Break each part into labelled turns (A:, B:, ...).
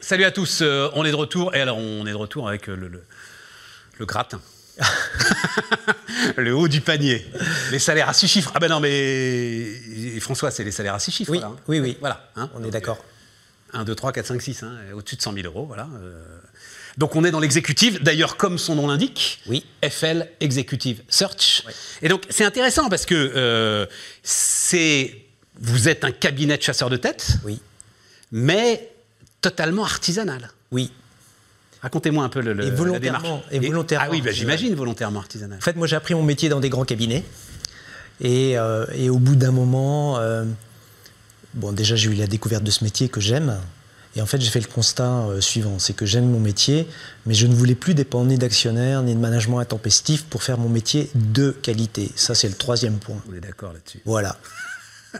A: Salut à tous, euh, on est de retour. Et alors, on est de retour avec euh, le, le, le gratin. le haut du panier. Les salaires à six chiffres. Ah ben non, mais François, c'est les salaires à six chiffres.
B: Oui,
A: là, hein.
B: oui, oui.
A: Voilà. hein. euh,
B: On est d'accord.
A: 1, 2, 3, 4, 5, 6, hein, au-dessus de 100 000 euros, voilà. euh. Donc on est dans l'exécutif, d'ailleurs comme son nom l'indique,
B: Oui.
A: FL Executive Search. Et donc c'est intéressant parce que euh, c'est, vous êtes un cabinet de chasseurs de tête,
B: Oui,
A: mais totalement artisanal.
B: oui.
A: Racontez-moi un peu le, le-
B: Et
A: la démarche.
B: volontairement, et volontairement
A: Ah oui, bah,
B: artisanal.
A: j'imagine volontairement artisanal.
B: En fait, moi, j'ai appris mon métier dans des grands cabinets. Et, euh, et au bout d'un moment, euh, bon, déjà, j'ai eu la découverte de ce métier que j'aime. Et en fait, j'ai fait le constat euh, suivant c'est que j'aime mon métier, mais je ne voulais plus dépendre ni d'actionnaires, ni de management intempestif pour faire mon métier de qualité. Ça, c'est le troisième point.
A: On est d'accord là-dessus.
B: Voilà.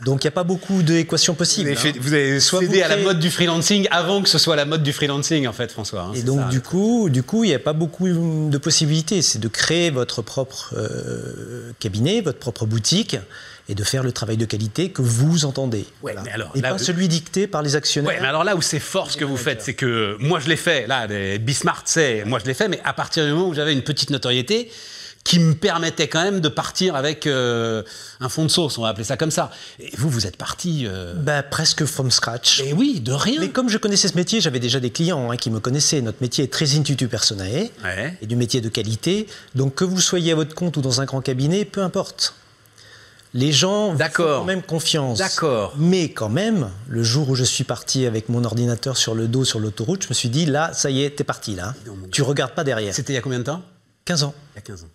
B: Donc, il n'y a pas beaucoup d'équations
A: Vous
B: possibles.
A: avez, fait-
B: hein.
A: vous avez
B: Soit
A: cédé
B: vous
A: à la
B: créez-
A: mode du freelancing avant que ce soit la mode du freelancing en fait, François. hein,
B: Et
A: c'est
B: donc,
A: ça.
B: du coup, du coup, il n'y a pas beaucoup de possibilités. C'est de créer votre propre euh, cabinet, votre propre boutique, et de faire le travail de qualité que vous entendez.
A: Ouais, mais alors,
B: et
A: là,
B: pas
A: vous-
B: celui dicté par les actionnaires.
A: Ouais, mais alors là où c'est fort ce que vous faites, c'est que moi je l'ai fait, là, les Bismarck, c'est moi je l'ai fait, mais à partir du moment où j'avais une petite notoriété qui me permettait quand même de partir avec euh, un fond de sauce, on va appeler ça comme ça. Et vous, vous êtes parti, euh,
B: Bah, presque from scratch.
A: mais oui, de rien.
B: Mais comme je connaissais ce métier, j'avais déjà des clients hein, qui me connaissaient. Notre métier est très intuitu personae
A: Ouais.
B: et du métier de qualité. Donc que vous soyez à votre compte ou dans un grand cabinet, peu importe. Les gens vous font
A: D'accord.
B: quand même confiance.
A: D'accord.
B: Mais quand même, le jour où je suis parti avec mon ordinateur sur le dos sur l'autoroute, je me suis dit là, ça y est, t'es parti là.
A: Dis donc, mon
B: Tu regardes pas derrière.
A: C'était il y a combien de temps
B: 15 ans.
A: Il y a 15 ans.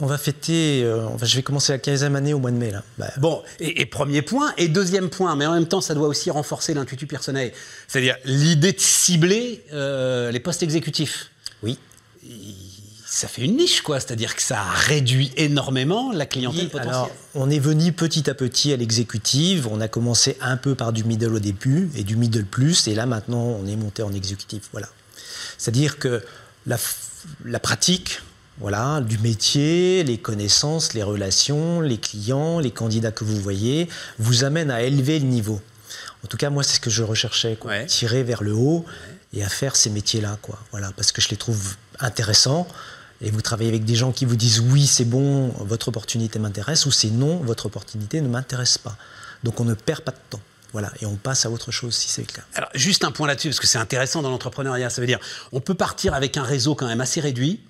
B: On va fêter. euh, on va- je vais commencer la 15e année au mois de mai là. Bah,
A: Bon, et, et premier point, et deuxième point, mais en même temps, ça doit aussi renforcer l'intuitu personnel, c'est-à-dire l'idée de cibler euh, les postes exécutifs.
B: oui.
A: Ça fait une niche, quoi, c'est-à-dire que ça réduit énormément la clientèle potentielle.
B: Alors, on est venu petit à petit à l'exécutive. On a commencé un peu par du middle au début et du middle plus. Et là, maintenant, on est monté en exécutif. Voilà. C'est-à-dire que la, f- la pratique voilà, du métier, les connaissances, les relations, les clients, les candidats que vous voyez, vous amènent à élever le niveau. En tout cas, moi, c'est ce que je recherchais, quoi.
A: Ouais.
B: tirer vers le haut et à faire ces métiers-là, quoi. Voilà, parce que je les trouve intéressants. Et vous travaillez avec des gens qui vous disent oui, c'est bon, votre opportunité m'intéresse, ou c'est non, votre opportunité ne m'intéresse pas. Donc on ne perd pas de temps. Voilà, et on passe à autre chose si c'est le cas.
A: Alors, juste un point là-dessus, parce que c'est intéressant dans l'entrepreneuriat. Ça veut dire, on peut partir avec un réseau quand même assez réduit,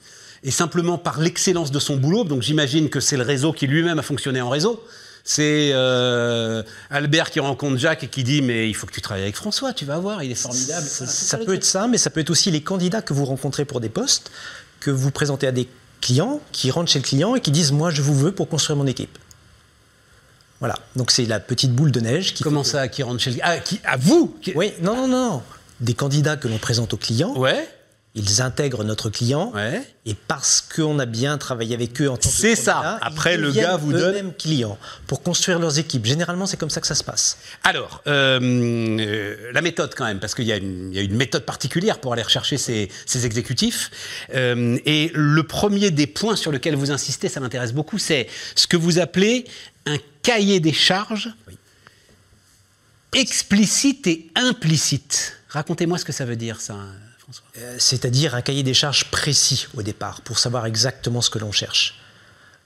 A: et simplement par l'excellence de son boulot, donc j'imagine que c'est le réseau qui lui-même a fonctionné en réseau. C'est euh, Albert qui rencontre Jacques et qui dit Mais il faut que tu travailles avec François, tu vas voir, il est formidable.
B: Ça,
A: Voilà, c'est
B: ça
A: le
B: peut
A: truc.
B: être ça, mais ça peut être aussi les candidats que vous rencontrez pour des postes, que vous présentez à des clients, qui rentrent chez le client et qui disent moi je vous veux pour construire mon équipe. Voilà, donc c'est la petite boule de neige qui...
A: Comment ça, qui rentre chez le. Ah, qui, à vous qui-
B: Oui, non, non, non. Des candidats que l'on présente aux clients,
A: Ouais,
B: ils intègrent notre client.
A: ouais.
B: Et parce qu'on a bien travaillé avec eux en tant que
A: C'est ça.
B: candidat, ils
A: Après, le
B: deviennent
A: gars vous donne-
B: eux-mêmes clients pour construire leurs équipes. Généralement, c'est comme ça que ça se passe.
A: Alors, euh, euh, la méthode quand même, parce qu'il y, a une il y a une méthode particulière pour aller rechercher ces, ces exécutifs. Euh, et le premier des points sur lequel vous insistez, ça m'intéresse beaucoup, c'est ce que vous appelez un cahier des charges explicite et implicite. Racontez-moi ce que ça veut dire, ça, François.
B: Euh, C'est-à-dire un cahier des charges précis au départ pour savoir exactement ce que l'on cherche.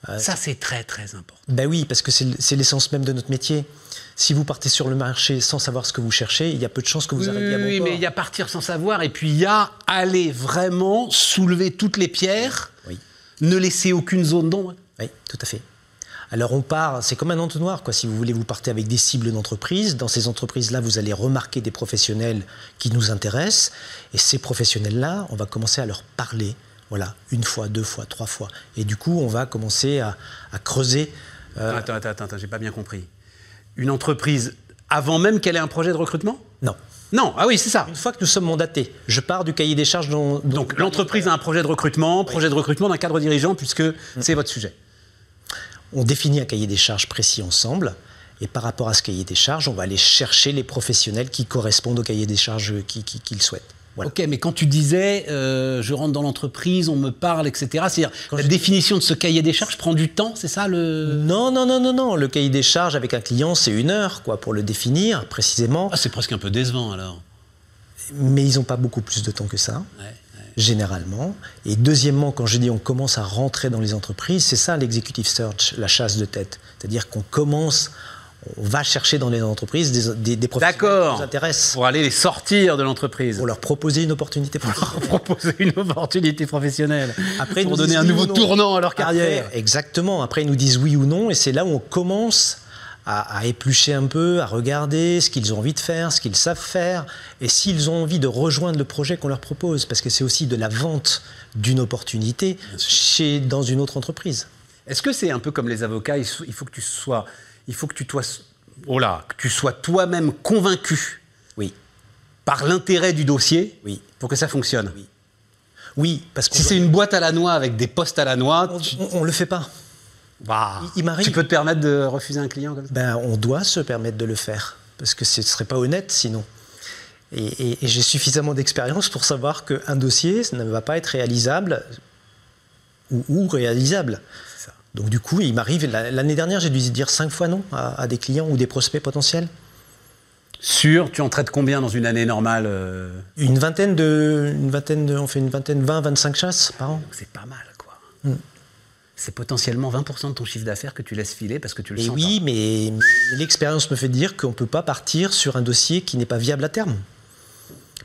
B: Euh,
A: ça, c'est très, très important.
B: Ben oui, parce que c'est l- c'est l'essence même de notre métier. Si vous partez sur le marché sans savoir ce que vous cherchez, il y a peu de chances que vous
A: oui,
B: arriviez à bon
A: oui,
B: port.
A: mais il y a partir sans savoir, et puis il y a aller vraiment soulever toutes les pierres,
B: Oui.
A: ne laisser aucune zone d'ombre.
B: Oui, tout à fait. Alors on part, c'est comme un entonnoir, quoi. Si vous voulez, vous partez avec des cibles d'entreprises. Dans ces entreprises-là, vous allez remarquer des professionnels qui nous intéressent. Et ces professionnels-là, on va commencer à leur parler. Voilà, une fois, deux fois, trois fois. Et du coup, on va commencer à, à creuser. euh,
A: Attends, attends, attends, attends, j'ai pas bien compris. Une entreprise avant même qu'elle ait un projet de recrutement
B: non.
A: Non, ah oui, c'est ça.
B: Une fois que nous sommes mandatés, je pars du cahier des charges dont, dont-
A: Donc l'entreprise a un projet de recrutement, projet de recrutement d'un cadre dirigeant, puisque c'est votre sujet.
B: on définit un cahier des charges précis ensemble. Et par rapport à ce cahier des charges, on va aller chercher les professionnels qui correspondent au cahier des charges qu'ils qui, qu'ils souhaitent. Voilà.
A: Ok, mais quand tu disais euh, je rentre dans l'entreprise, on me parle, etc., c'est-à-dire la définition de ce cahier des charges prend du temps, c'est ça le.
B: Non, non, non, non, non. Le cahier des charges avec un client, c'est une heure, quoi, pour le définir précisément.
A: Ah, c'est presque un peu décevant alors.
B: mais ils n'ont pas beaucoup plus de temps que ça,
A: Ouais, ouais.
B: généralement. Et deuxièmement, quand je dis on commence à rentrer dans les entreprises, c'est ça l'executive search, la chasse de tête. C'est-à-dire qu'on commence, on va chercher dans les entreprises des, des, des professionnels qui
A: D'accord.
B: nous intéressent.
A: Pour aller les sortir de l'entreprise.
B: Pour leur proposer une opportunité pour leur
A: proposer une opportunité professionnelle.
B: Après, ils
A: pour
B: nous
A: donner
B: disent
A: un
B: oui
A: nouveau
B: ou non.
A: tournant à leur carrière.
B: Après, exactement. Après, ils nous disent oui ou non, et c'est là où on commence à, à éplucher un peu, à regarder ce qu'ils ont envie de faire, ce qu'ils savent faire, et s'ils ont envie de rejoindre le projet qu'on leur propose, parce que c'est aussi de la vente d'une opportunité chez, dans une autre entreprise.
A: Est-ce que c'est un peu comme les avocats Il faut il faut que tu sois, il faut que tu toi, oh là, que tu sois toi-même convaincu
B: Oui,
A: par l'intérêt du dossier
B: oui,
A: pour que ça fonctionne.
B: oui, parce qu'on
A: Si c'est une boîte à la noix avec des postes à la noix, tu,
B: on- on- on le fait pas.
A: bah,
B: Il- il m'arrive.
A: tu peux te permettre de refuser un client comme ça.
B: Ben, on doit se permettre de le faire, parce que ce ne serait pas honnête sinon. Et, et- et j'ai suffisamment d'expérience pour savoir qu'un dossier ça ne va pas être réalisable ou, ou réalisable. Donc du coup, il m'arrive, la- l'année dernière, j'ai dû dire cinq fois non à, à des clients ou des prospects potentiels.
A: Sûr, tu en traites combien dans une année normale euh,
B: Une vingtaine de, une vingtaine de- on fait une vingtaine, 20, 25 chasses par an.
A: donc C'est pas mal, quoi.
B: Hmm.
A: C'est potentiellement 20% de ton chiffre d'affaires que tu laisses filer parce que tu le
B: Et
A: sens.
B: oui, mais, mais l'expérience me fait dire qu'on ne peut pas partir sur un dossier qui n'est pas viable à terme.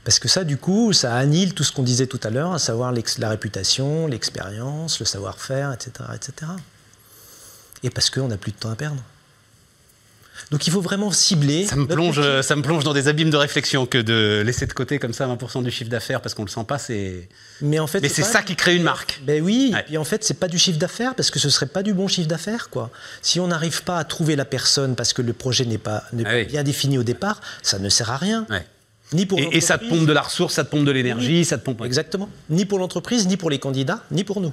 B: Parce que ça, du coup, ça annihile tout ce qu'on disait tout à l'heure, à savoir l'ex- la réputation, l'expérience, le savoir-faire, etc., etc. Et parce qu'on n'a plus de temps à perdre. Donc il faut vraiment cibler.
A: pas. Ça me,
B: notre-
A: plonge, euh, ça me plonge dans des abîmes de réflexion que de laisser de côté comme ça 20% du chiffre d'affaires parce qu'on le sent pas, c'est.
B: Mais en fait,
A: Mais c'est
B: pas-
A: ça qui crée une marque.
B: Ben oui,
A: Ouais.
B: et puis en fait, c'est pas du chiffre d'affaires parce que ce serait pas du bon chiffre d'affaires quoi. Si on n'arrive pas à trouver la personne parce que le projet n'est pas, n'est
A: Ah
B: pas
A: oui.
B: bien défini au départ, ça ne sert à rien.
A: Ouais.
B: Ni pour
A: Et, et ça te
B: l'entreprise,
A: pompe de la ressource, ça te pompe de l'énergie, ça te pompe.
B: Exactement. Ni pour l'entreprise, ni pour les candidats, ni pour nous.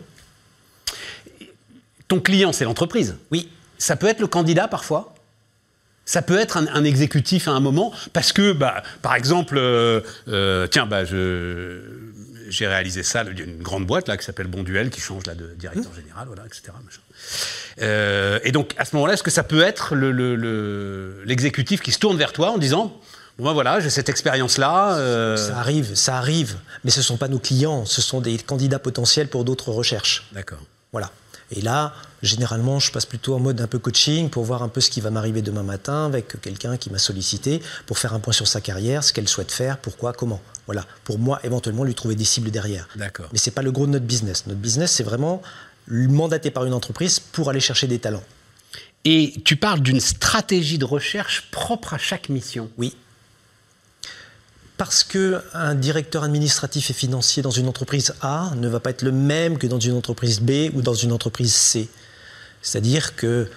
A: Ton client, c'est l'entreprise.
B: Oui.
A: Ça peut être le candidat parfois. Ça peut être un, un exécutif à un moment, parce que, bah, par exemple, euh, euh, tiens, bah, je, j'ai réalisé ça, il y a une grande boîte là qui s'appelle Bon Duel, qui change là de directeur général, voilà, etc. machin. Euh, et donc, à ce moment-là, est-ce que ça peut être le, le- le- l'exécutif qui se tourne vers toi en disant, bon ben voilà, j'ai cette expérience-là. euh,
B: Ça arrive, ça arrive. Mais ce ne sont pas nos clients, ce sont des candidats potentiels pour d'autres recherches.
A: D'accord.
B: Voilà. Et là, généralement, je passe plutôt en mode un peu coaching pour voir un peu ce qui va m'arriver demain matin avec quelqu'un qui m'a sollicité pour faire un point sur sa carrière, ce qu'elle souhaite faire, pourquoi, comment. Voilà. Pour moi, éventuellement, lui trouver des cibles derrière.
A: D'accord.
B: Mais ce n'est pas le gros de notre business. Notre business, c'est vraiment mandaté par une entreprise pour aller chercher des talents.
A: Et tu parles d'une stratégie de recherche propre à chaque mission.
B: Oui. Parce que un directeur administratif et financier dans une entreprise A ne va pas être le même que dans une entreprise B ou dans une entreprise C. C'est-à-dire que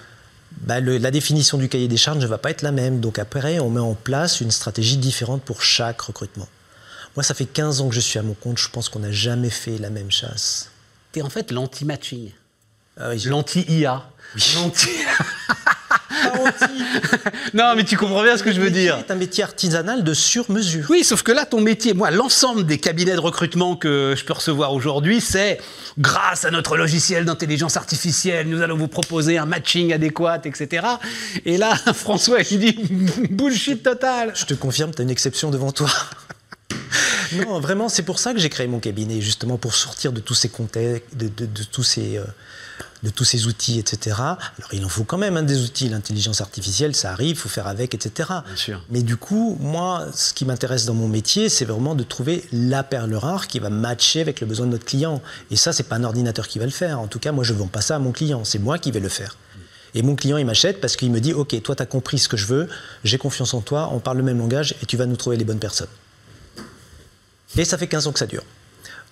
B: bah, le- la définition du cahier des charges ne va pas être la même. Donc après, on met en place une stratégie différente pour chaque recrutement. Moi, ça fait 15 ans que je suis à mon compte. Je pense qu'on n'a jamais fait la même chasse.
A: T'es en fait l'anti-matching,
B: Ah oui, j'ai-
A: l'anti-IA. l'anti-
B: Ah, Anti-
A: non, mais tu comprends bien ce que je veux
B: Le métier
A: dire.
B: est un métier artisanal de sur-mesure.
A: Oui, sauf que là, ton métier, moi, l'ensemble des cabinets de recrutement que je peux recevoir aujourd'hui, c'est grâce à notre logiciel d'intelligence artificielle, nous allons vous proposer un matching adéquat, etc. Et là, François, il dit bullshit total.
B: Je te confirme, tu as une exception devant toi. non, vraiment, c'est pour ça que j'ai créé mon cabinet, justement pour sortir de tous ces contextes, de, de- de tous ces, euh, de tous ces outils, etc. Alors, il en faut quand même hein, des outils. L'intelligence artificielle, ça arrive, faut faire avec, etc.
A: Bien sûr.
B: Mais du coup, moi, ce qui m'intéresse dans mon métier, c'est vraiment de trouver la perle rare qui va matcher avec le besoin de notre client. Et ça, c'est pas un ordinateur qui va le faire. En tout cas, moi, je ne vends pas ça à mon client. C'est moi qui vais le faire. Et mon client, il m'achète parce qu'il me dit Ok, toi, tu as compris ce que je veux, j'ai confiance en toi, on parle le même langage et tu vas nous trouver les bonnes personnes. Et ça fait 15 ans que ça dure.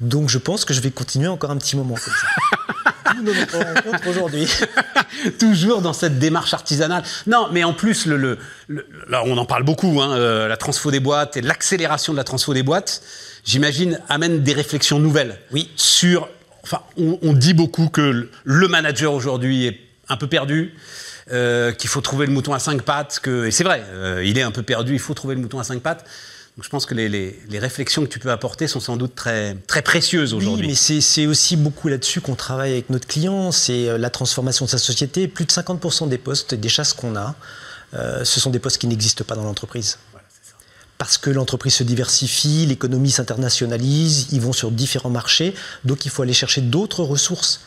B: Donc, je pense que je vais continuer encore un petit moment comme ça. Nous, notre rencontre aujourd'hui.
A: Toujours dans cette démarche artisanale. Non, mais en plus, le, le- le- là, on en parle beaucoup, hein, euh, la transfo des boîtes et l'accélération de la transfo des boîtes, j'imagine, amène des réflexions nouvelles.
B: Oui.
A: Sur, enfin, on, on dit beaucoup que le- le manager aujourd'hui est un peu perdu, euh, qu'il faut trouver le mouton à cinq pattes, que, et c'est vrai, euh, il est un peu perdu, il faut trouver le mouton à cinq pattes. Donc je pense que les, les- les réflexions que tu peux apporter sont sans doute très, très précieuses aujourd'hui.
B: Oui, mais c'est- c'est aussi beaucoup là-dessus qu'on travaille avec notre client, c'est euh, la transformation de sa société. Plus de 50% des postes, et des chasses qu'on a, euh, ce sont des postes qui n'existent pas dans l'entreprise.
A: Voilà, c'est ça.
B: parce que l'entreprise se diversifie, l'économie s'internationalise, ils vont sur différents marchés, donc il faut aller chercher d'autres ressources.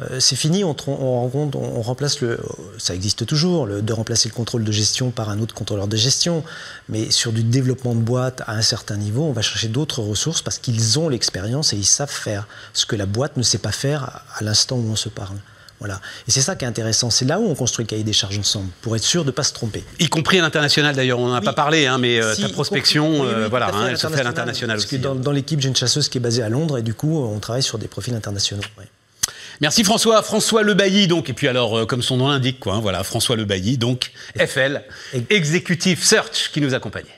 B: Euh, c'est fini, on, on, rencontre, on, on, remplace le, ça existe toujours, le, de remplacer le contrôle de gestion par un autre contrôleur de gestion, mais sur du développement de boîte à un certain niveau, on va chercher d'autres ressources parce qu'ils ont l'expérience et ils savent faire ce que la boîte ne sait pas faire à l'instant où on se parle. Voilà. Et c'est ça qui est intéressant. C'est là où on construit le cahier des charges ensemble, pour être sûr de ne pas se tromper.
A: Y compris à l'international d'ailleurs, on n'en a oui. pas parlé, hein, mais euh, si, ta prospection, compris, oui, oui, voilà, hein, elle se fait à l'international. hein.
B: Parce que dans, dans l'équipe, j'ai une chasseuse qui est basée à Londres et du coup, on travaille sur des profils internationaux. Ouais.
A: Merci François. François Lebailly, donc, et puis alors, euh, comme son nom l'indique, quoi, hein, voilà, François Lebailly, donc, FL, Executive Search, qui nous accompagnait.